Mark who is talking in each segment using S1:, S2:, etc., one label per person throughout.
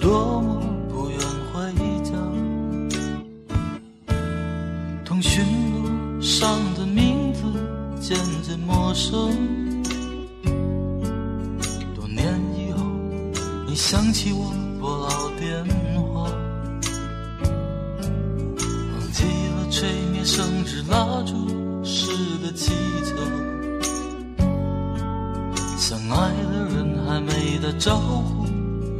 S1: 多么不愿回家。通讯录上的名字渐渐陌生，多年以后，你想起我拨老电话，忘记了吹灭生日蜡烛时的蹊跷。相爱的人还没打招呼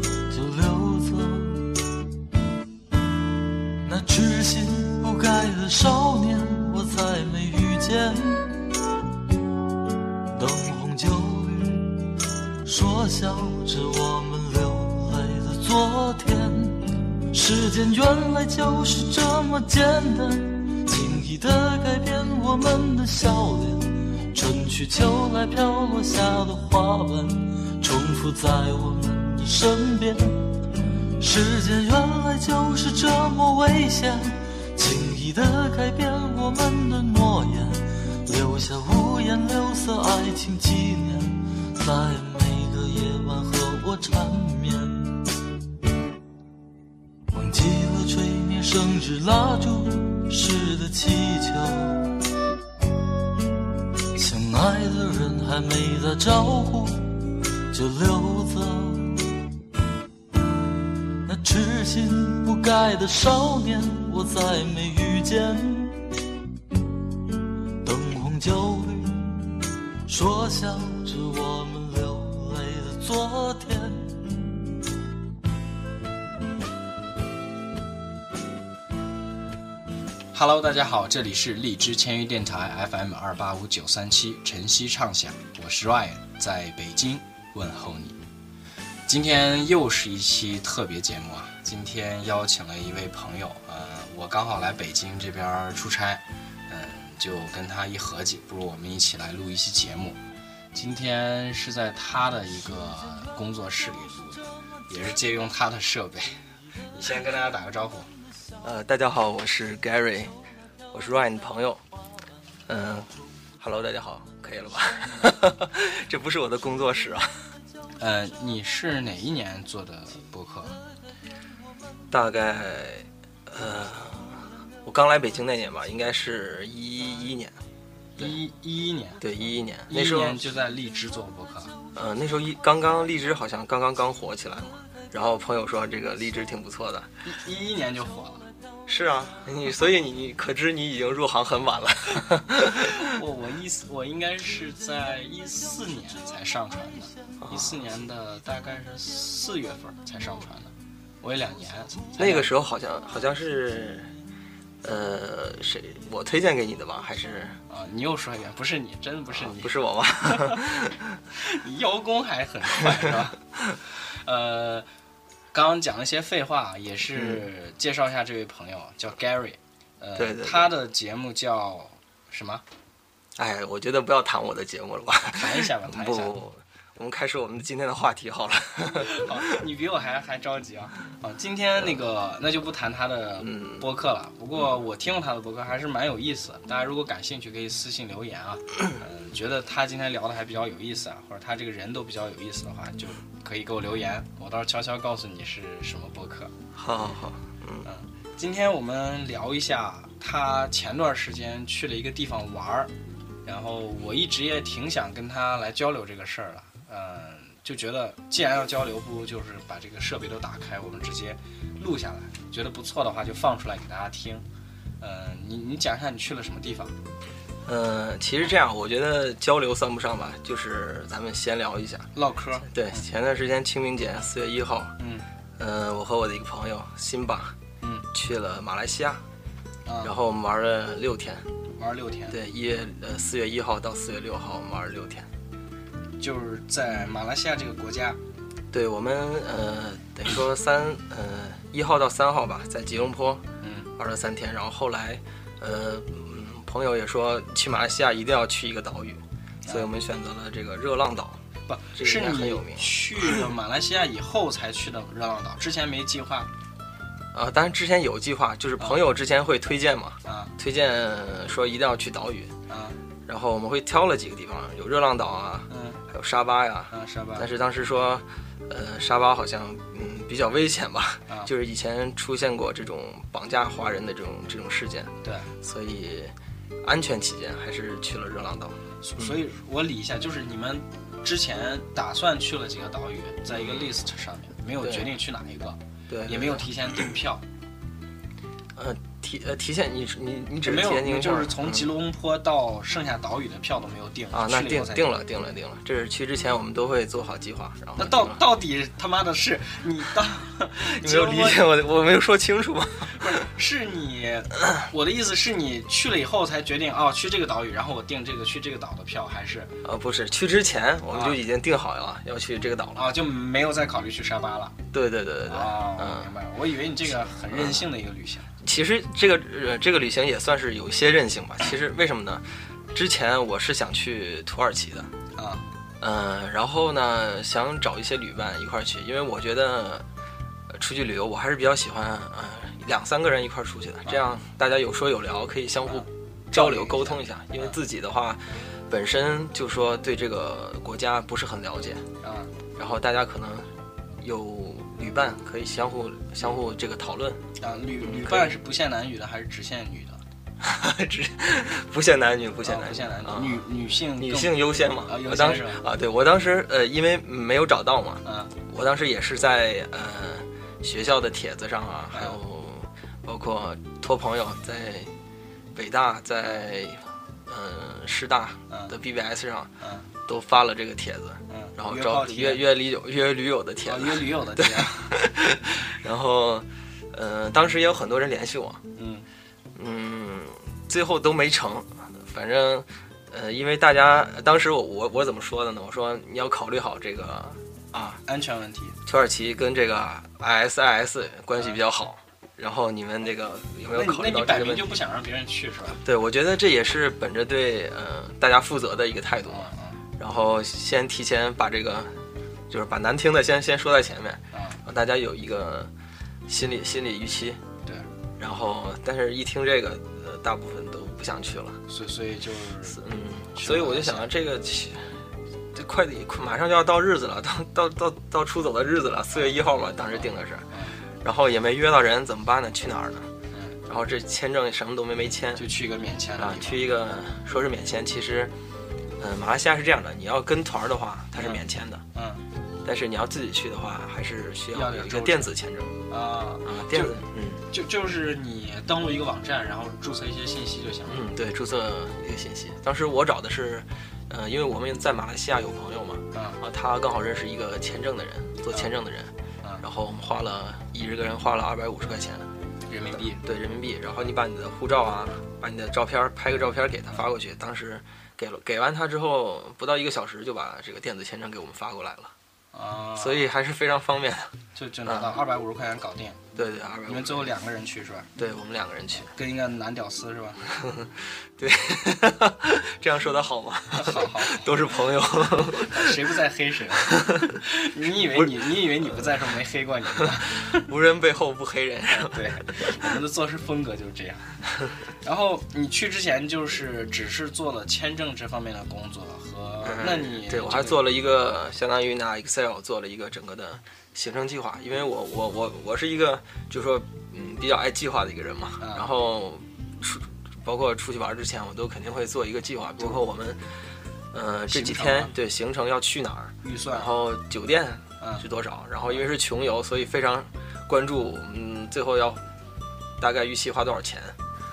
S1: 就溜走，那知心不改的少年我再没遇见。灯红酒绿，说笑着我们流泪的昨天。时间原来就是这么简单，轻易的改变我们的笑脸。春去秋来，飘落下的花瓣，重复在我们的身边。时间原来就是这么危险，轻易的改变我们的诺言，留下五颜六色爱情纪念，在每个夜晚和我缠绵。忘记了吹灭生日蜡烛时的祈求。相爱的人还没打招呼就溜走，那痴心不改的少年我再没遇见。灯红酒绿，说笑着我们流泪的昨天。
S2: Hello，大家好，这里是荔枝签约电台 FM 二八五九三七晨曦畅想，我是 Ryan，在北京问候你。今天又是一期特别节目啊，今天邀请了一位朋友，呃，我刚好来北京这边出差，嗯、就跟他一合计，不如我们一起来录一期节目。今天是在他的一个工作室里录的，也是借用他的设备。你先跟大家打个招呼。
S3: 呃，大家好，我是 Gary，我是 Ryan 的朋友。嗯、h e l l o 大家好，可以了吧？ 这不是我的工作室啊，
S2: 呃，你是哪一年做的播客？
S3: 大概呃，我刚来北京那年吧，应该是一一年，
S2: 一一一年，
S3: 对，一一年，
S2: 一
S3: 那
S2: 一
S3: 时候
S2: 年就在荔枝做播客。
S3: 呃，那时候一刚刚荔枝好像刚刚刚火起来嘛，然后朋友说这个荔枝挺不错的，
S2: 一一一年就火了。
S3: 是啊，你所以你你可知你已经入行很晚了，
S2: 我我一四我应该是在一四年才上传的，一四年的大概是四月份才上传的，我也两年。
S3: 那个
S2: 是
S3: 时候好像好像是，呃，谁我推荐给你的吧？还是
S2: 啊，你又说一遍，不是你，真的啊不是你，
S3: 不是我吧？
S2: 你邀功还很快是 吧？呃，刚刚讲了一些废话，也是介绍一下这位朋友叫 Gary，呃，
S3: 嗯对对对
S2: 他的节目叫什么？
S3: 哎，我觉得不要谈我的节目了吧？
S2: 谈一下吧，谈
S3: 不
S2: 一
S3: 不
S2: 下。
S3: 不，我们开始我们今天的话题好了。
S2: 好，你比我还还着急啊！啊，今天那个那就不谈他的
S3: 嗯
S2: 播客了。不过我听过他的播客，还是蛮有意思的。大家如果感兴趣，可以私信留言 啊。嗯，觉得他今天聊的还比较有意思啊，或者他这个人都比较有意思的话，就可以给我留言，我到时候悄悄告诉你是什么播客。
S3: 好好好，
S2: 今天我们聊一下他前段时间去了一个地方玩儿，然后我一直也挺想跟他来交流这个事儿了，嗯，就觉得既然要交流，不如就是把这个设备都打开，我们直接录下来，觉得不错的话就放出来给大家听。嗯，你你讲一下你去了什么地方？
S3: 呃，其实这样，我觉得交流算不上吧，就是咱们闲聊一下。
S2: 唠嗑，
S3: 对，前段时间清明节四月一号，
S2: 嗯
S3: 呃，我和我的一个朋友辛巴
S2: 嗯，
S3: 去了马来西亚，
S2: 啊，
S3: 然后我们玩了六天。
S2: 玩六天，
S3: 对，一月呃四月一号到四月六号，我们玩了六天。
S2: 就是在马来西亚这个国家，
S3: 对我们呃，等于说三呃一号到三号吧，在吉隆坡
S2: 嗯
S3: 玩了三天，然后后来呃嗯朋友也说去马来西亚一定要去一个岛屿，所以我们选择了这个热浪岛。
S2: 不
S3: 这
S2: 是
S3: 个应该很有
S2: 你
S3: 名
S2: 去了马来西亚以后才去的热浪岛，之前没计划
S3: 啊，当然之前有计划，就是朋友之前会推荐嘛，
S2: 啊
S3: 推荐说一定要去岛屿，
S2: 啊
S3: 然后我们会挑了几个地方，有热浪岛啊，
S2: 嗯。
S3: 还有沙巴呀、
S2: 啊，沙巴
S3: 但是当时说，呃，沙巴好像嗯比较危险吧
S2: 啊，
S3: 就是以前出现过这种绑架华人的这种这种事件，
S2: 对，
S3: 所以安全起见还是去了热浪岛。
S2: 所以我理一下，就是你们之前打算去了几个岛屿，在一个 list 上面，没有
S3: 嗯对
S2: 决定去哪一个，
S3: 对，
S2: 也没有提前订票，
S3: 呃提呃提前你你你只是
S2: 没
S3: 提前
S2: 有，
S3: 订
S2: 就
S3: 票
S2: 是从
S3: 嗯
S2: 吉隆坡到剩下岛屿的票都没有订
S3: 啊，那
S2: 去以
S3: 定
S2: 后才
S3: 定。了，定了，定了。这是去之前我们都会做好计划，然后
S2: 那
S3: 定
S2: 到
S3: 了
S2: 到底他妈的是你到
S3: 你嗯 没有理解我的，我没有说清 楚吗？
S2: 是你，我的意思是你去了以后才决定哦，去这个岛屿，然后我订这个去这个岛的票，还是
S3: 啊，不是，去之前我们就已经定好了、要去这个岛了。
S2: 啊就没有再考虑去沙巴了？
S3: 对对对对对，
S2: 哦，我明
S3: 嗯，
S2: 白了，我以为你这个很任性的一个旅行。
S3: 其实这个呃这个旅行也算是有些韧性吧。其实为什么呢？之前我是想去土耳其的，
S2: 啊，
S3: 嗯，然后呢，想找一些旅伴一块儿去，因为我觉得呃出去旅游我还是比较喜欢，呃，两三个人一块儿出去的，这样大家有说有聊，可以相互交流沟通一下。因为自己的话，本身就说对这个国家不是很了解，
S2: 啊，
S3: 然后大家可能有旅伴可以相互相互这个讨论，
S2: 啊，旅旅
S3: 可以
S2: 伴是不限男女的还是只限女的？
S3: 只不限男女，不
S2: 不
S3: 限
S2: 啊、
S3: 男
S2: 不
S3: 女，
S2: 限男女，
S3: 啊
S2: 女女性
S3: 女
S2: 更
S3: 性优先嘛
S2: 啊，优
S3: 我
S2: 先
S3: 当
S2: 是
S3: 时
S2: 吧
S3: 啊，对我当时呃，因为没有找到嘛，
S2: 啊
S3: 我当时也是在呃学校的帖子上啊，
S2: 嗯
S3: 还有包括托朋友在北大、在呃师大
S2: 啊
S3: 的 BBS 上
S2: 啊
S3: 都发了这个帖子，
S2: 嗯，
S3: 然后
S2: 约炮
S3: 招
S2: 体
S3: 约
S2: 验
S3: 约驴友约驴友的帖
S2: 啊
S3: 子，
S2: 约驴友的体验，
S3: 然后呃当时也有很多人联系我，
S2: 嗯
S3: 嗯，最后都没成，反正。呃，因为大家当时我我我怎么说的呢？我说你要考虑好这个啊，
S2: 安全问题
S3: 土耳其跟这个 ISIS 关系比较好，然后你们这个有没
S2: 那
S3: 有
S2: 你
S3: 考
S2: 那
S3: 虑
S2: 你
S3: 到这
S2: 摆
S3: 个
S2: 明
S3: 问
S2: 就
S3: 题？
S2: 不想让别人去是吧？
S3: 对，我觉得这也是本着对呃大家负责的一个态度
S2: 啊
S3: 嘛。
S2: 啊
S3: 然后先提前把这个，就是把难听的先先说在前面，
S2: 啊！
S3: 让大家有一个心理心理预期。
S2: 对，
S3: 然后但是一听这个，呃，大部分都不想去了。
S2: 所以所以就是
S3: 嗯，
S2: 去
S3: 所以我
S2: 马
S3: 就
S2: 来西
S3: 想
S2: 亚
S3: 着这个其，这快得马上就要到日子了，到到到到出走的日子了，四月一号嘛，当时定的是，然后也没约到人，怎么办呢？去哪儿呢？
S2: 嗯，
S3: 然后这签证什么都没没签
S2: 就去一个免签的
S3: 啊，
S2: 地方
S3: 去一个说是免签，其实，嗯，马来西亚是这样的，你要跟团儿的话，它是免签的，
S2: 嗯
S3: 但是你要自己去的话，还是需
S2: 要
S3: 要
S2: 有
S3: 有一
S2: 周知
S3: 个电子签证
S2: 啊，
S3: 啊，电子，嗯
S2: 就就是你登录一个网站，然后注册一些信息就行了。
S3: 嗯，对，注册一个信息。当时我找的是，呃，因为我们在马来西亚有朋友嘛，
S2: 啊
S3: 啊，他刚好认识一个签证的人，做签证的人，
S2: 啊
S3: 然后我们花了一个人花了二百五十块钱，
S2: 人民币
S3: 对人民币，然后你把你的护照啊，把你的照片儿拍个照片儿给他发过去，当时给了给完他之后，不到一个小时就把这个电子签证给我们发过来了，
S2: 啊，
S3: 所以啊还是非常方便的。
S2: 就就拿到二百五十块钱搞定。
S3: 对对，二百
S2: 你们
S3: 五，
S2: 最后两个人去是吧？
S3: 对我们两个人去，
S2: 跟一个男屌丝是吧？
S3: 这样说的好吗？
S2: 好好，
S3: 都是朋友，
S2: 谁不在黑谁？你以为你你以为你不在时候没黑过你 吗？
S3: 无人背后不黑人。
S2: 对，我们的做事风格就是这样。然后你去之前就是只是做了签证这方面的工作和
S3: 嗯
S2: 啊那你
S3: 对我还做了一个相当于拿 Excel 做了一个整个的行程计划，因为我我我我是一个就说嗯比较爱计划的一个人嘛，
S2: 嗯
S3: 然后出包括出去玩之前，我都肯定会做一个计划，包括我们呃这
S2: 行
S3: 几
S2: 程
S3: 天
S2: 啊
S3: 对行程要去哪儿，
S2: 预算
S3: 然后酒店
S2: 嗯
S3: 是多少，然后因为是穷游，所以非常关注嗯最后要大概预期花多少钱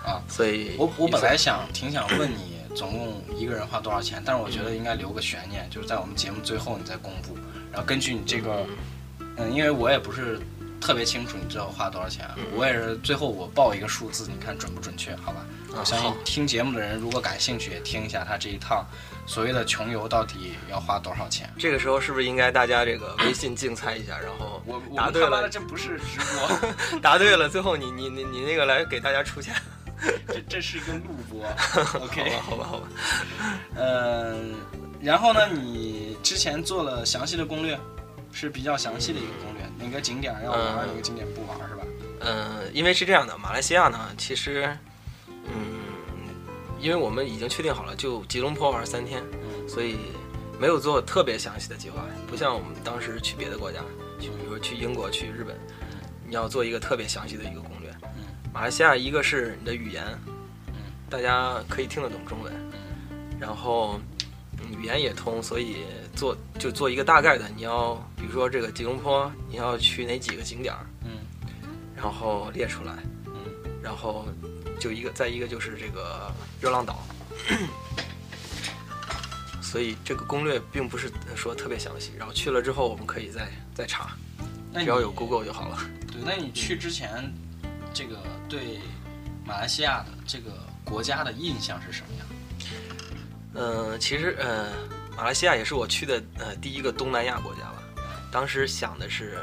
S2: 啊，
S3: 所以
S2: 我我
S3: 预
S2: 本
S3: 算
S2: 来想挺想问你总共一个人花多少钱，但是我觉得应该留个悬念，就是在我们节目最后你再公布，然后根据你这个，嗯，因为我也不是特别清楚你知道花多少钱，啊
S3: 嗯
S2: 我也是最后我报一个数字，你看准不准确？好吧，我相信
S3: 啊好
S2: 听节目的人如果感兴趣，也听一下他这一趟所谓的穷游到底要花多少钱。
S3: 这个时候是不是应该大家这个微信竞猜一下，然后
S2: 我我
S3: 答
S2: 们
S3: 对
S2: 他妈
S3: 了
S2: 的这不是直 播，
S3: 答对了，最后你你你你那个来给大家出钱，
S2: 这这是一个录 播。
S3: 好
S2: OK，
S3: 吧好吧好吧。
S2: 嗯，然后呢，你之前做了详细的攻略，是比较详细的一个攻略，哪个景点儿要玩，
S3: 嗯
S2: 哪个景点不玩，是吧？
S3: 嗯，因为是这样的，马来西亚呢，其实，嗯，因为我们已经确定好了，就吉隆坡玩三天，
S2: 嗯
S3: 嗯所以没有做特别详细的计划，不像我们当时去别的国家，就比如去英国、去日本，你要做一个特别详细的一个攻略。
S2: 嗯
S3: 马来西亚一个是你的语言，
S2: 嗯
S3: 大家可以听得懂中文，然后嗯语言也通，所以做就做一个大概的。你要比如说这个吉隆坡，你要去哪几个景点儿，
S2: 嗯
S3: 然后列出来，
S2: 嗯
S3: 然后就一个再一个就是这个热浪岛。所以这个攻略并不是说特别详细，然后去了之后我们可以再再查，
S2: 那
S3: 只
S2: 你
S3: 要有 Google 就好了。
S2: 对，那你去之前，这个对马来西亚的这个国家的印象是什么样？
S3: 嗯，其实呃，马来西亚也是我去的呃第一个东南亚国家吧。当时想的是，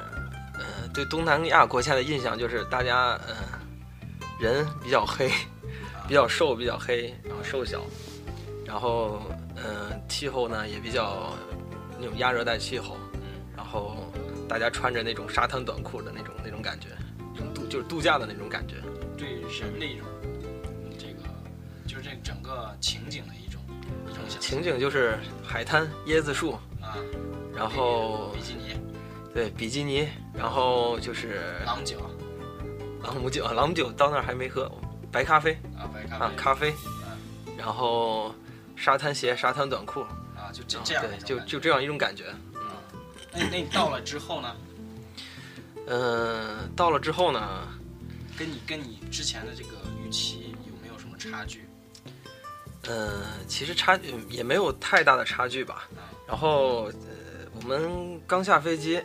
S3: 呃，对东南亚国家的印象就是大家呃人比较黑，比较瘦，比较黑，然后瘦小，然后呃气候呢也比较那种亚热带气候，然后大家穿着那种沙滩短裤的那种那种感觉，这种度就是度假的那种感觉。
S2: 对人的一种这个，就是这整个情景的一种一种想
S3: 情景就是海滩、椰子树，
S2: 啊，
S3: 然后
S2: 比基尼、
S3: 对，比基尼，然后就是
S2: 朗啊姆酒
S3: 朗姆酒，啊朗姆酒到那儿还没喝，白咖啡
S2: 啊，白咖
S3: 啊，
S2: 啡嗯
S3: 咖啡，然后沙滩鞋、沙滩短裤，
S2: 啊，就这
S3: 啊
S2: 这样的一
S3: 对，
S2: 种
S3: 就
S2: 感
S3: 就
S2: 觉
S3: 这样一种感觉。
S2: 啊。那你那你到了之后呢？
S3: 嗯、到了之后呢，
S2: 跟你跟你之前的这个预期有没有什么差距？
S3: 嗯、其实差距也没有太大的差距
S2: 嗯
S3: 吧。然后呃，我们刚下飞机，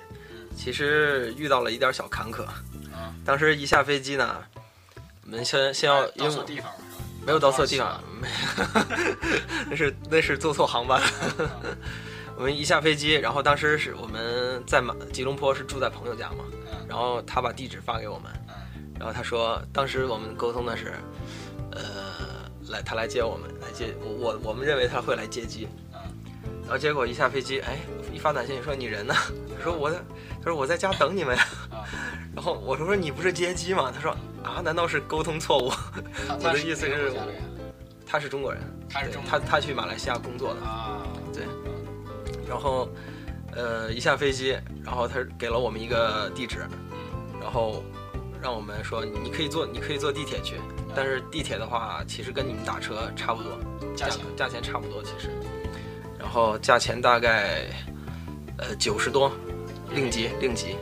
S3: 其实遇到了一点小坎坷。
S2: 嗯啊，
S3: 当时一下飞机呢，我们先先要因
S2: 到
S3: 为
S2: 错地方了是吧？
S3: 没有到错地方，没， 那是那是坐错航班。我们一下飞机，然后当时是我们在马吉隆坡是住在朋友家嘛，
S2: 嗯
S3: 然后他把地址发给我们，
S2: 嗯
S3: 然后他说当时我们沟通的是，呃，来他来接我们，来接我我我们认为他会来接机，
S2: 嗯，
S3: 然后结果一下飞机，哎，一发短信说你人呢？他说我在，他说我在家等你们呀。
S2: 啊
S3: 然后我说你不是接机吗？他说啊，难道是沟通错误？
S2: 他
S3: 我
S2: 他
S3: 的
S2: 是
S3: 意思
S2: 哪个
S3: 是
S2: 国家的呀
S3: 他是中国人，
S2: 他是
S3: 对
S2: 中国
S3: 他
S2: 人
S3: 他去马来西亚工作的。
S2: 啊，
S3: 对，然后，呃，一下飞机，然后他给了我们一个地址，
S2: 嗯
S3: 然后让我们说你可以坐，你可以坐地铁去，
S2: 嗯
S3: 但是地铁的话，其实跟你们打车差不多，
S2: 价钱
S3: 价钱差不多其实，然后价钱大概呃九十多，令吉令吉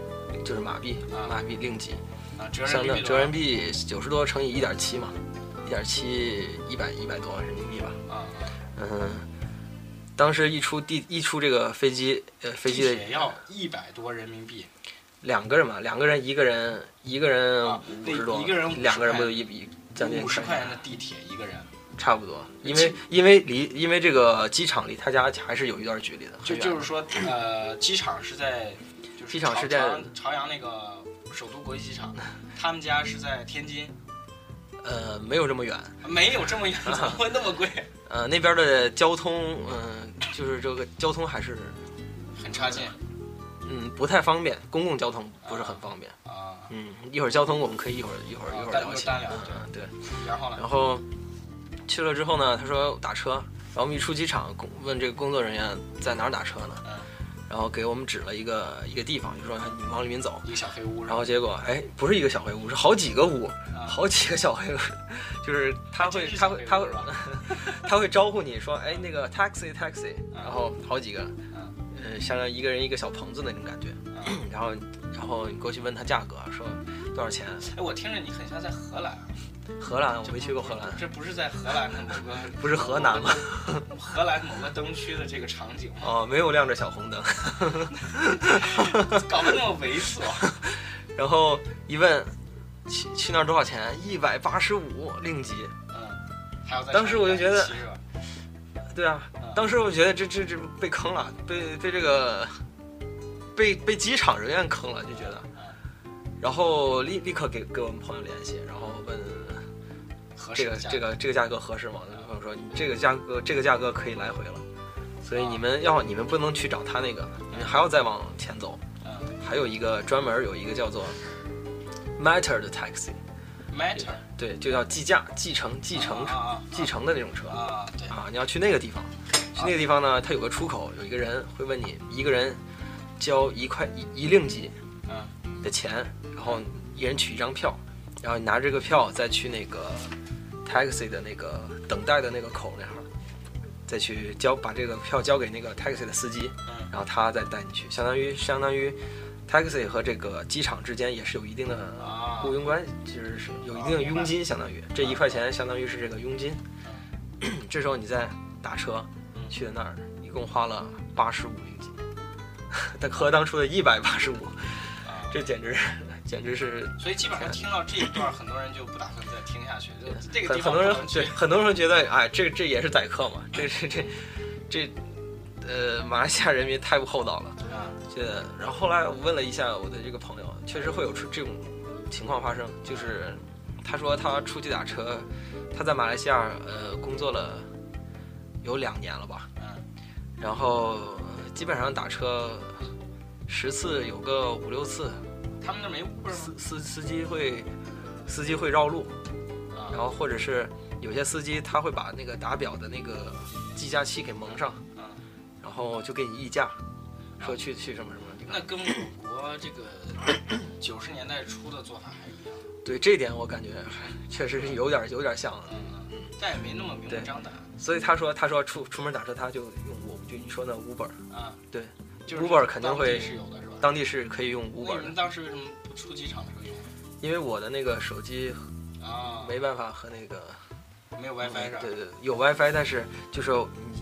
S3: 就是马币
S2: 哎啊
S3: 马币令吉，
S2: 啊，折人
S3: 相
S2: 民
S3: 当
S2: 币
S3: 折人民币九十多乘以一点七嘛，一点七一百一百多人民币吧，
S2: 币啊，
S3: 嗯，当时一出地一出这个飞机，呃，
S2: 飞
S3: 飞机
S2: 也要
S3: 的
S2: 一百多人民币
S3: 两个人嘛，两个人，一个人一个人
S2: 啊
S3: 五十多，
S2: 一个人50块
S3: 两个人不就一比将近
S2: 五十块钱的地铁一个人，
S3: 差不多，因
S2: 其
S3: 为因为离因为这个机场离他家还是有一段距离的，
S2: 就
S3: 很远
S2: 就是说呃，机场是在就是
S3: 机场
S2: 朝
S3: 是在
S2: 朝阳朝阳那个首都国际机场，他们家是在天津，
S3: 呃没有这么远，
S2: 没有这么远，怎 么会那么贵？
S3: 呃那边的交通，嗯、就是这个交通还是
S2: 很差劲
S3: 嗯不太方便，公共交通不是很方便，
S2: 啊，
S3: 嗯，一会儿交通我们可以一会儿一会儿
S2: 啊
S3: 一会儿
S2: 单
S3: 聊起，
S2: 单聊
S3: 嗯嗯对。
S2: 然后
S3: 然
S2: 呢？
S3: 后去了之后呢，他说打车，然后我们一出机场，工问这个工作人员在哪儿打车呢？
S2: 嗯，
S3: 然后给我们指了一个一个地方，就说哎你往里面走。
S2: 一个小黑屋，
S3: 然后结果哎，不是一个小黑屋，是好几个屋，
S2: 啊
S3: 好几个小黑屋，就是他会
S2: 真是
S3: 他
S2: 小黑屋
S3: 会他会
S2: 是 吧？
S3: 他会招呼你说哎那个 taxi taxi，
S2: 嗯
S3: 然后好几个，
S2: 嗯
S3: 呃，相当于一个人一个小棚子那种感觉。
S2: 嗯
S3: 然后然后你过去问他价格，说多少钱？
S2: 哎，我听着你很像在荷兰啊，
S3: 荷兰我
S2: 这
S3: 没
S2: 不
S3: 去过
S2: 不
S3: 荷兰，
S2: 这不是在荷兰的某个，
S3: 不是河南吗？
S2: 荷兰某个灯区的这个场景吗？
S3: 哦，没有亮着小红灯。
S2: 搞得那么猥 琐，
S3: 然后一问，去去那儿多少钱？一百八十五令吉。
S2: 嗯，还要再
S3: 当时我就觉得
S2: 上一百一十七是吧
S3: 对啊，
S2: 嗯
S3: 当时我觉得这这这被坑了，被被这个被被机场人员坑了，就觉得。然后立立刻给给我们朋友联系，然后问
S2: 合适
S3: 这个
S2: 的价
S3: 这
S2: 格
S3: 个这个价格合适吗？朋友说你这个价格这个价格可以来回了，所以你们要你们不能去找他那个，你们还要再往前走，
S2: 嗯
S3: 还有一个专门有一个叫做 Matter 的 taxi，
S2: matter
S3: 对，就叫计价、计程、计程、
S2: 啊
S3: 计程的那种车
S2: 啊啊对
S3: 啊，你要去那个地方，去那个地方呢，它有个出口，有一个人会问你一个人交一块一一令吉
S2: 嗯
S3: 的钱，然后一人取一张票，然后你拿这个票再去那个 taxi 的那个等待的那个口那儿，再去交把这个票交给那个 taxi 的司机，
S2: 嗯
S3: 然后他再带你去，相当于相当于 taxi 和这个机场之间也是有一定的
S2: 啊
S3: 雇佣关系，其实是有一
S2: 哦
S3: 定的佣金，相当于这一块钱相当于是这个佣金。 这时候你再打车
S2: 嗯
S3: 去的那儿，一共花了八十五令 吉，但和当初的一百八十五，
S2: 啊
S3: 这简直是简直是
S2: 所以基本上听到这一段，很多人就不打算再听下去， 就这个
S3: 很
S2: 地方
S3: 很多人
S2: 不能去
S3: 对很多人觉得，哎，这这也是宰客嘛，这这这这，呃，马来西亚人民太不厚道了。
S2: 啊
S3: 这，然后后来我问了一下我的这个朋友，确实会有出这种情况发生，就是他说他出去打车，他在马来西亚呃工作了有两年了吧，
S2: 嗯
S3: 然后呃基本上打车十次有个五六次，
S2: 嗯他们那儿没 Uber
S3: 司司司机会司机会绕路，
S2: 吗？
S3: 然后或者是有些司机他会把那个打表的那个计价器给蒙上，
S2: 啊啊，
S3: 然后就给你议价，说去去什么什么地方。
S2: 那跟我国这个 九十年代初的做法还是一样的，
S3: 对这一点，我感觉确实是有点有点像了。
S2: 嗯，嗯但也没那么明目张胆
S3: 所以他说，他说出出门打车，他就用我就你说那 Uber，
S2: 啊。
S3: 对，
S2: 就是
S3: Uber 肯定会
S2: 当地是有的，是吧？
S3: 当地是可以用
S2: 那
S3: Uber
S2: 你们
S3: 的，
S2: 当时为什么不出机场的时候用
S3: 因为我的那个手机
S2: 啊？
S3: 没办法和那个嗯
S2: 没有 WiFi 是吧？
S3: 对对，有 WiFi，但是就是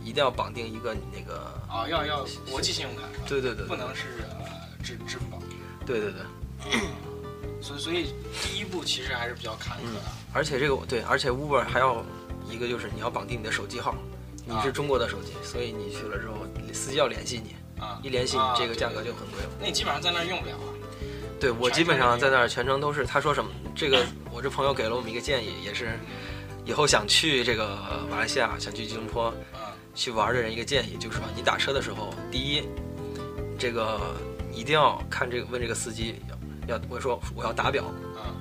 S3: 你一定要绑定一个你那个，
S2: 啊，要要国际信用卡是吧？
S3: 对对对，
S2: 不能是呃支支付宝。
S3: 对对对，
S2: 所以所以第一步其实还是比较坎坷的。
S3: 而且这个对，而且 Uber 还要一个就是你要绑定你的手机号，你
S2: 啊
S3: 是中国的手机，所以你去了之后，司机要联系你，
S2: 啊，
S3: 一联系你
S2: 啊
S3: 这个价格
S2: 对
S3: 就很贵了。
S2: 那你基本上在那儿用不了啊。
S3: 对我基本上在那儿全程都是他说什么，这个我这朋友给了我们一个建议，也是以后想去这个马来西亚、想去吉隆坡
S2: 啊
S3: 去玩的人一个建议，就是说你打车的时候，第一，这个一定要看这个问这个司机要我说我要打表，
S2: 啊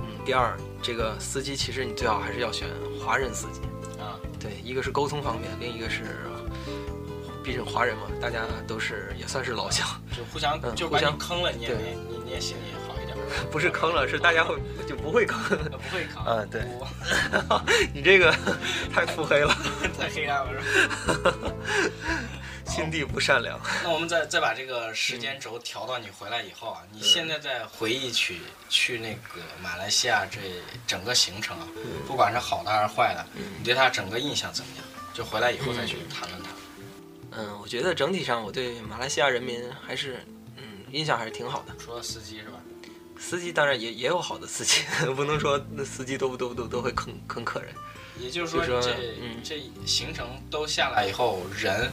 S3: 嗯，第二，这个司机其实你最好还是要选华人司机，
S2: 啊！
S3: 对，一个是沟通方面，另一个是毕竟华人嘛，大家都是也算是老乡，
S2: 就互相
S3: 嗯
S2: 就把
S3: 互
S2: 你
S3: 相
S2: 坑了，你也
S3: 对
S2: 你你也心里好一点。
S3: 不是坑了，是大家会就不会
S2: 呃
S3: 坑。
S2: 不会 坑。
S3: 嗯对
S2: 我
S3: 你这个 太腹黑了，
S2: 太黑暗了。是吧
S3: 心地不善良。
S2: 那我们再再把这个时间轴调到你回来以后啊，
S3: 嗯
S2: 你现在再回忆起去那个马来西亚这整个行程啊，
S3: 嗯
S2: 不管是好的还是坏的，你对它整个印象怎么样？就回来以后再去谈论它。
S3: 嗯，我觉得整体上我对马来西亚人民还是嗯印象还是挺好的。
S2: 除了司机是吧？
S3: 司机当然也也有好的司机， 不能说那司机都都都都会坑坑客人。
S2: 也就是说，
S3: 就
S2: 这
S3: 说嗯
S2: 这行程都下来以后，人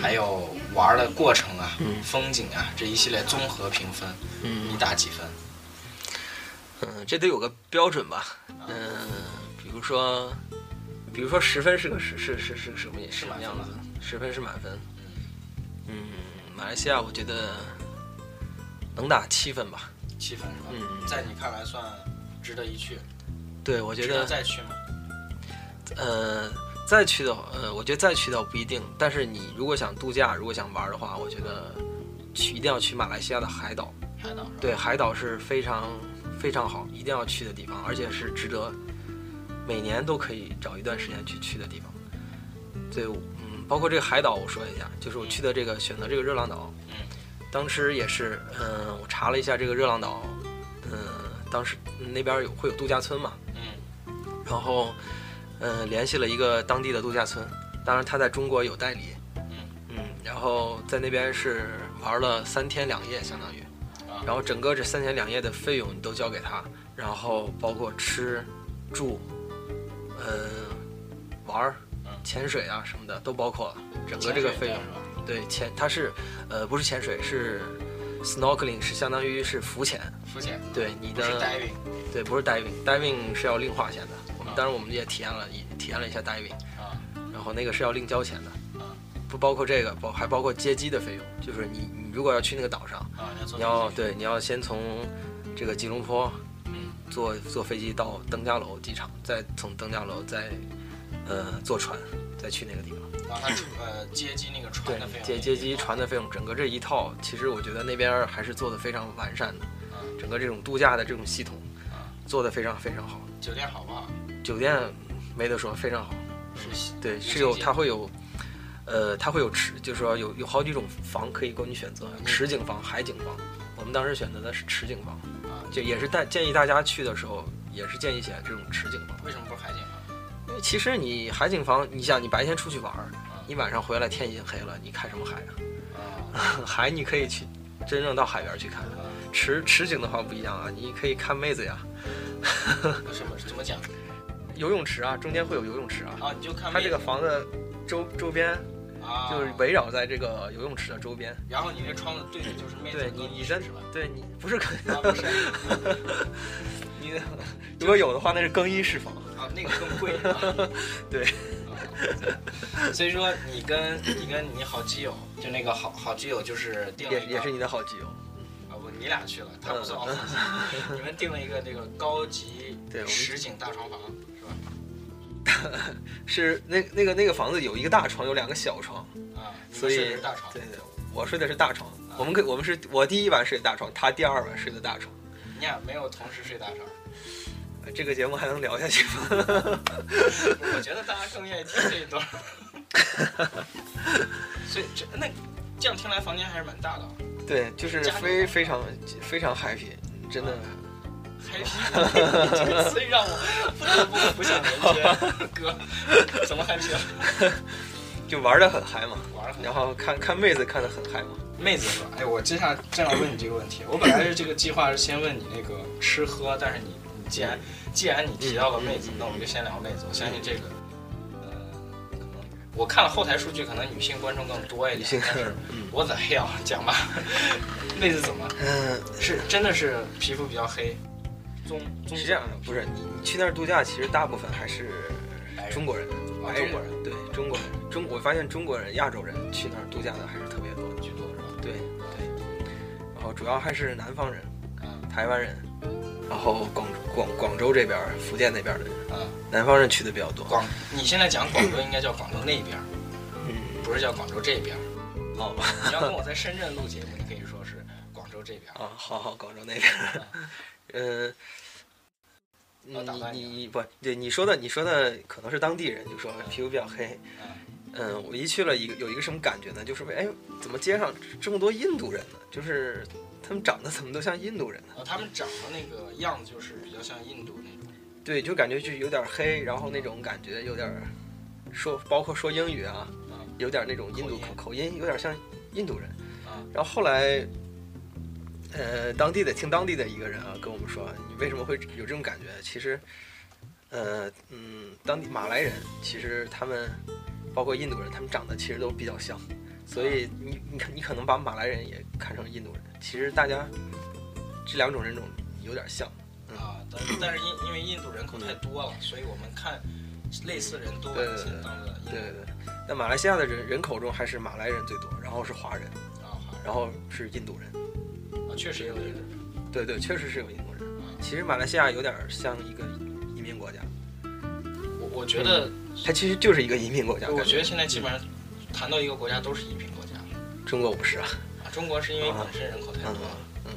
S2: 还有玩儿的过程啊、
S3: 嗯
S2: 风景啊这一系列综合评分，你
S3: 嗯
S2: 打几分？
S3: 嗯，这得有个标准吧？
S2: 啊
S3: 嗯，比如说，比如说十分是个是是是是什么
S2: 是
S3: 什么
S2: 满分
S3: 样子
S2: 吗？
S3: 十分是满分。嗯，马来西亚我觉得能打七分吧。
S2: 七分是吧？
S3: 嗯
S2: 在你看来算值得一去，
S3: 对，我觉
S2: 值
S3: 得
S2: 得再去吗？
S3: 呃，再去的话呃，我觉得再去倒不一定，但是你如果想度假，如果想玩的话，我觉得去一定要呃去马来西亚的海岛。
S2: 海岛是吧？
S3: 对，海岛是非常非常好，一定要去的地方，而且是值得每年都可以找一段时间去去的地方。对，嗯，包括这个海岛，我说一下，就是我去的这个选择这个热浪岛，
S2: 嗯，
S3: 当时也是，嗯、我查了一下这个热浪岛，嗯、当时嗯那边有会有度假村嘛，
S2: 嗯
S3: 然后，嗯，联系了一个当地的度假村，当然他在中国有代理，
S2: 嗯
S3: 嗯，然后在那边是玩了三天两夜，相当于，
S2: 啊
S3: 然后整个这三天两夜的费用你都交给他，然后包括吃、住，呃，玩儿
S2: 嗯、
S3: 潜水啊什么的都包括了，整个这个费用
S2: 是，吧？
S3: 对，潜它是，呃，不是潜水是 snorkeling，是相当于是浮潜，
S2: 浮潜
S3: 对你
S2: 不
S3: 的
S2: 是 diving
S3: 对，不是 diving，diving 是要另花钱的。我们
S2: 啊
S3: 当然我们也体验了，一体验了一下 diving，
S2: 啊
S3: 然后那个是要另交钱的，
S2: 啊
S3: 不包括这个，包还包括接机的费用。就是你你如果要去那个岛上，
S2: 啊！要坐
S3: 你要
S2: 飞机
S3: 对你要先从这个吉隆坡
S2: 嗯
S3: 坐坐飞机到登嘉楼机场，再从登嘉楼再呃坐船再去那个地方。
S2: 光它呃接机那个船
S3: 对
S2: 的费，用，
S3: 接接机船的费用，整个这一套，其实我觉得那边儿还是做的非常完善的，
S2: 嗯
S3: 整个这种度假的这种系统
S2: 啊，
S3: 做的非常非常好，
S2: 酒店好不好？
S3: 酒店没得说，非常好。
S2: 是
S3: 对，
S2: 是
S3: 是有
S2: 这些
S3: 它会有，呃，它会有池，就是说有有好几种房可以供你选择，池景房、海景房。我们当时选择的是池景房，
S2: 啊，
S3: 就也是大建议大家去的时候，也是建议选这种池景房，
S2: 为什么不是海景啊房？
S3: 因为其实你海景房，你想你白天出去玩儿
S2: 嗯，
S3: 你晚上回来天已经黑了，你看什么海啊？
S2: 啊，
S3: 海你可以去真正到海边去看，
S2: 啊
S3: 池池景的话不一样啊，你可以看妹子呀，
S2: 为什么？怎么讲？
S3: 游泳池啊，中间会有游泳池啊，
S2: 啊，你就看
S3: 它这个
S2: 妹
S3: 房子周周边
S2: 子啊，
S3: 就是围绕在这个游泳池的周边。
S2: 然后你这窗子对的就是妹子
S3: 对
S2: 更
S3: 你
S2: 衣
S3: 你
S2: 室
S3: 真
S2: 是吧？
S3: 对你嗯 不是更
S2: 啊，不是，
S3: 你的，如果有的话，那是更衣室房。
S2: 啊，那个更贵是吧
S3: 对
S2: 啊 所以说你跟你跟你好基友，就那个好好基友，就是定了
S3: 也
S2: 一个
S3: 也是你的好基友。
S2: 啊，不，你俩去了，他不算好基友，你们定了一个这个高级
S3: 对我们
S2: 实景大床房是吧？
S3: 是那那个那个房子有一个大床，有两个小床，
S2: 啊，你们
S3: 所以
S2: 睡的是大床
S3: 对，对，我睡的是大床。
S2: 啊
S3: 我们可我们是我第一晚睡的大床，他第二晚睡的大床。
S2: 你俩没有同时睡大床。
S3: 呃这个节目还能聊下去吗？
S2: 我觉得大家更愿意听这一段。 所以这那这样听来，房间还是蛮大的、哦。
S3: 对，就是
S2: 家里
S3: 非非常非常 happy，真
S2: 啊
S3: 的。
S2: happy，这个词让我不得不浮想联翩。哥，怎么 happy 了？
S3: 就玩的很嗨嘛，
S2: 玩儿很
S3: 然后看看妹子看的很嗨嘛。
S2: 妹子说：“哎，我接下来正要问你这个问题。我本来是这个计划是先问你那个吃喝，但是你你既然既然你提到了妹子，那我们就先聊妹子。我相信这个，呃，可能我看了后台数据，可能女性观众更多一
S3: 女
S2: 点
S3: 性。
S2: 但啊是呃我怎么样讲吧？ 妹子怎么
S3: 嗯，
S2: 是真的是皮肤比较黑，棕棕
S3: 是这样的，不是你你去那儿度假，其实大部分还是
S2: 白人
S3: 中国人、
S2: 啊
S3: 白
S2: 中
S3: 人、
S2: 国人
S3: 对中国人、中我发现中国人、亚洲人去那儿度假的还是特别多的，
S2: 居多是吧？
S3: 对对，然后主要还是南方人、
S2: 啊
S3: 台湾人，然后广广广州这边儿、福建那边儿的人，
S2: 啊，
S3: 南方人去的比较多。
S2: 广你现在讲广州应该叫广州那边儿，
S3: 嗯，
S2: 不是叫广州这边儿。
S3: 哦
S2: 你要跟我在深圳录节目，你可以说是广州这边儿。
S3: 啊，好好，广州那 边儿，嗯。你
S2: 我打断
S3: 嗯你
S2: 你
S3: 你不对，你说的你说的可能是当地人，就说
S2: 嗯
S3: 皮肤比较黑，
S2: 嗯
S3: 嗯，我一去了一个有一个什么感觉呢？就是哎，怎么街上这么多印度人呢？就是他们长得怎么都像印度人呢？
S2: 呃，他们长得那个样子就是比较像印度那种，
S3: 对，就感觉就有点黑，然后那种感觉有点儿说，包括说英语啊，
S2: 嗯
S3: 有点那种印度
S2: 口
S3: 口
S2: 音
S3: 口音，有点像印度人
S2: 啊。
S3: 然后后来，呃，当地的听当地的一个人啊跟我们说，你为什么会有这种感觉？其实，呃，嗯，当地马来人其实他们，包括印度人，他们长得其实都比较像，所以
S2: 啊
S3: 你你看你可能把马来人也看成印度人，其实大家这两种人种有点像。
S2: 啊，但但是因因为印度人口太多了，所以我们看类似人多
S3: 对
S2: 一些当的印
S3: 对对
S2: 度
S3: 对。那马来西亚的人人口中还是马来人最多，然后是华人，
S2: 啊，好
S3: 然后是印度人。
S2: 像啊，确实有印度人
S3: 对对，确实是有印度人。
S2: 啊。
S3: 其实马来西亚有点像一个移民国家，
S2: 我我觉得，
S3: 它其实就是一嗯个移民国家。
S2: 我
S3: 感
S2: 觉得现在基本上谈到一个国家都是移民国家
S3: 中国不是啊。
S2: 啊，中国是因为
S3: 啊
S2: 本身人口太
S3: 嗯
S2: 多了
S3: 嗯，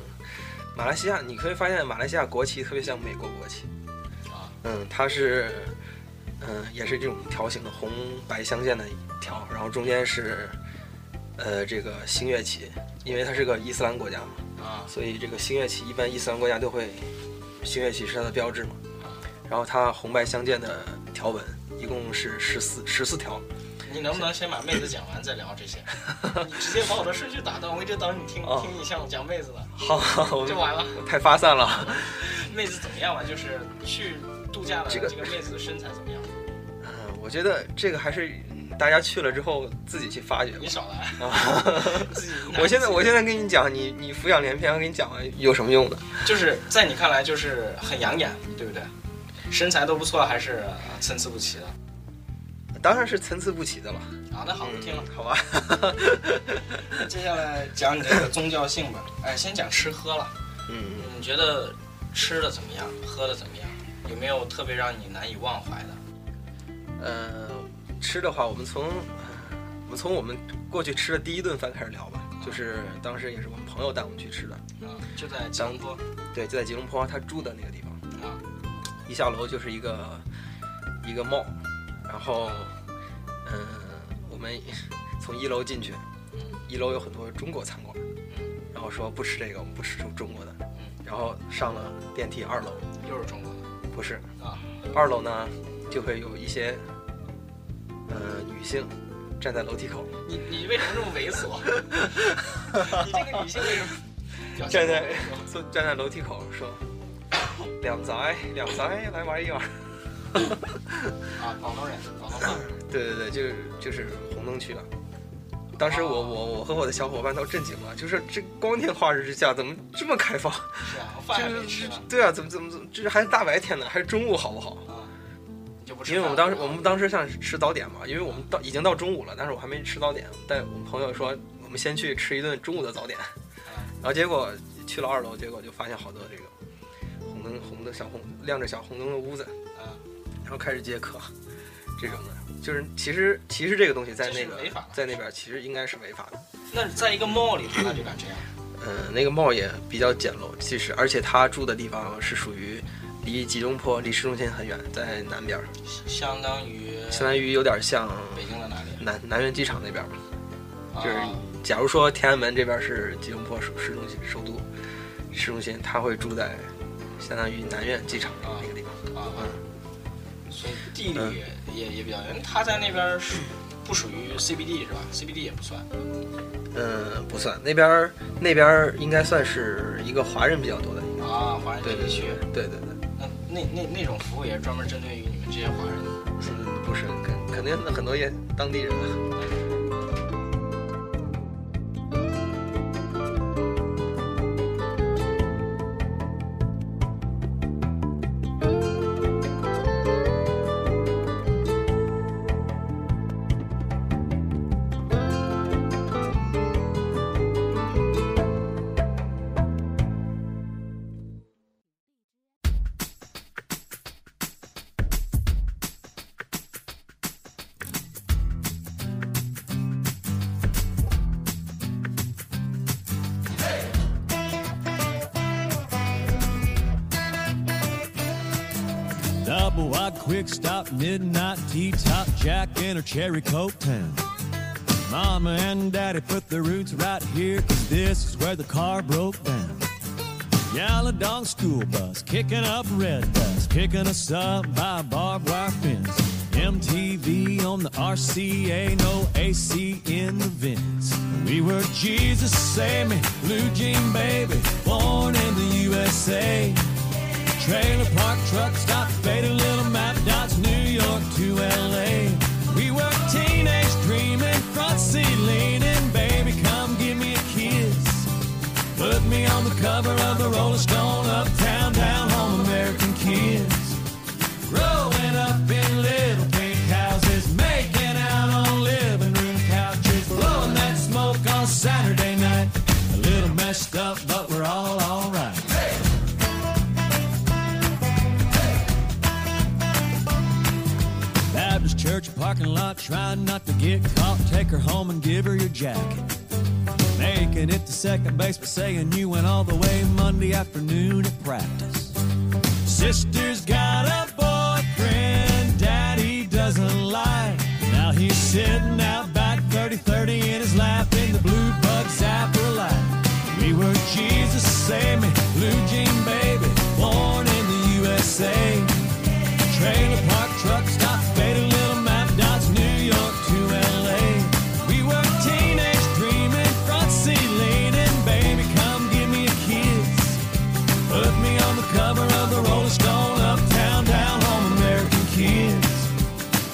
S3: 马来西亚你可以发现马来西亚国旗特别像美国国旗。
S2: 啊
S3: 嗯，它是，嗯、也是这种条形的红白相间的一条，然后中间是，呃，这个星月旗，因为它是个伊斯兰国家嘛。
S2: 啊
S3: 所以这个星月旗一般伊斯兰国家都会，星月旗是它的标志嘛。然后它红白相间的条纹一共是十四十四条。
S2: 你能不能先把妹子讲完再聊 这些？你直接把我的顺序打断，我一直等你听
S3: 哦
S2: 听你像我讲妹子的，
S3: 好，我
S2: 就
S3: 们
S2: 完了。
S3: 太发散了。
S2: 妹子怎么样吧？就是去度假的
S3: 这
S2: 这
S3: 个
S2: 个妹子的身材怎么样？
S3: 嗯，我觉得这个还是嗯大家去了之后自己去发掘吧
S2: 你。少来， 自己拿
S3: 哦我现在我现在跟你讲，你你浮想联翩，我跟你讲完有什么用呢？
S2: 就是在你看来就是很养眼，对不对？身材都不错，还是呃参差不齐的
S3: 当然是参差不齐的了。
S2: 啊？那好，不听了。
S3: 嗯好吧。嗯
S2: 接下来讲你这个宗教性吧。哎，先讲吃喝了。
S3: 嗯，
S2: 你觉得吃的怎么样？喝的怎么样？有没有特别让你难以忘怀的？
S3: 呃，吃的话，我们从呃我们从我们过去吃的第一顿饭开始聊吧，就是当时也是我们朋友带我们去吃的，
S2: 啊，就在吉隆坡
S3: 对，就在吉隆坡他住的那个地方。
S2: 啊，
S3: 一下楼就是一个一个 mall，然后嗯、我们从一楼进去，一楼有很多中国餐馆，嗯然后说不吃这个，我们不吃中国的，嗯然后上了电梯二楼，
S2: 又是中国的
S3: 不是
S2: 啊，
S3: 二楼呢就会有一些呃女性站在楼梯口，
S2: 你你为什么这么猥 琐？你这个女性为什么表现
S3: 站在
S2: 得猥琐
S3: 坐站在楼梯口说。 两仔，两仔，来玩一玩。
S2: 啊，广东人，广东话。
S3: 对对对，就是就是红灯区啊。当时我我我和我的小伙伴都震惊了，就是这光天化日之下怎么这么开放？
S2: 是啊，我饭还没
S3: 就
S2: 吃
S3: 是
S2: 呢
S3: 对啊，怎么怎么怎么，这还是大白天呢，还是中午好不好？
S2: 啊，你就不吃
S3: 因
S2: 饭
S3: 为
S2: 了
S3: 我们当时我们当时想吃早点嘛，因为我们到已经到中午了，但是我还没吃早点。但我们朋友说我们先去吃一顿中午的早点，然后结果去了二楼，结果就发现好多这个红灯红的小红亮着小红灯的屋子，
S2: 啊，
S3: 然后开始接客，这种的，就是其实其实这个东西在
S2: 这
S3: 那
S2: 是
S3: 个
S2: 违法的
S3: 在那边其实应该是违法的。
S2: 那在一个 mall 里头，那就敢这样
S3: 嗯，那个帽也比较简陋，其实而且他住的地方是属于离吉隆坡离市中心很远，在南边儿，，
S2: 相当于
S3: 相当于有点像
S2: 北京的哪里？
S3: 南南苑机场那边儿吧。就是
S2: 啊
S3: 假如说天安门这边是吉隆坡首市中心首都市中心，他会住在相当于南苑机场那个地方。
S2: 啊，所以地
S3: 嗯
S2: 理也也比较远。他在那边是不属于 CBD 是吧？CBD 也不算。
S3: 嗯，不算，那边儿那边儿应该算是一个华人比较多的一个。
S2: 啊，华人
S3: 对
S2: 地
S3: 对
S2: 区，
S3: 对对对对，
S2: 那那那那种服务也是专门针对于你们这些华人的。
S3: 嗯，不是，肯肯定很多也当地人啊。
S4: Double wide quick stop, midnight tea top, Jack and her cherry coke town. Mama and daddy put their roots right here, cause this is where the car broke down. Yaladong school bus, kicking up red dust, picking us up by a barbed wire fence. MTV on the RCA, no AC in the vents. We were Jesus, Sammy, Blue Jean Baby, born in the USA. Trailer park, truck stop, faded little map dots, New York to LA. We were teenage dreaming, front seat leaning, baby, come give me a kiss. Put me on the cover of the Rolling Stone, uptown, down home, American kids. Growing up in little pink houses, making out on living room couches, blowing that smoke on Saturday night. A little messed up, but we're all alright. Baptist church parking lot, trying not to get caught. Take her home and give her your jacket. Making it to second base, but saying you went all the way Monday afternoon at practice. Sister's got a boyfriend, daddy doesn't lie. Now he's sitting out back 30 30 in his lap in the blue bug zapper light. We were Jesus, Sammy, Blue Jean Baby, born in the USA. Trailer park, truck stop, faded little map dots, New York to LA. We were teenage dreaming, front seat leaning, baby, come give me a kiss. Put me on the cover of the Rolling Stone, uptown, down home, American kids.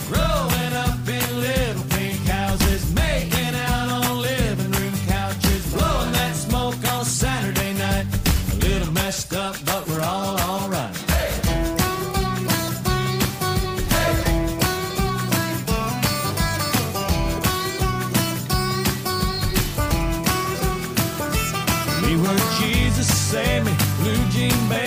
S4: Growing up in little pink houses, making out on living room couches, blowing that smoke on Saturday night. A little messed up, but we're all alright. We were Jesus, Sammy, Blue Jean Baby.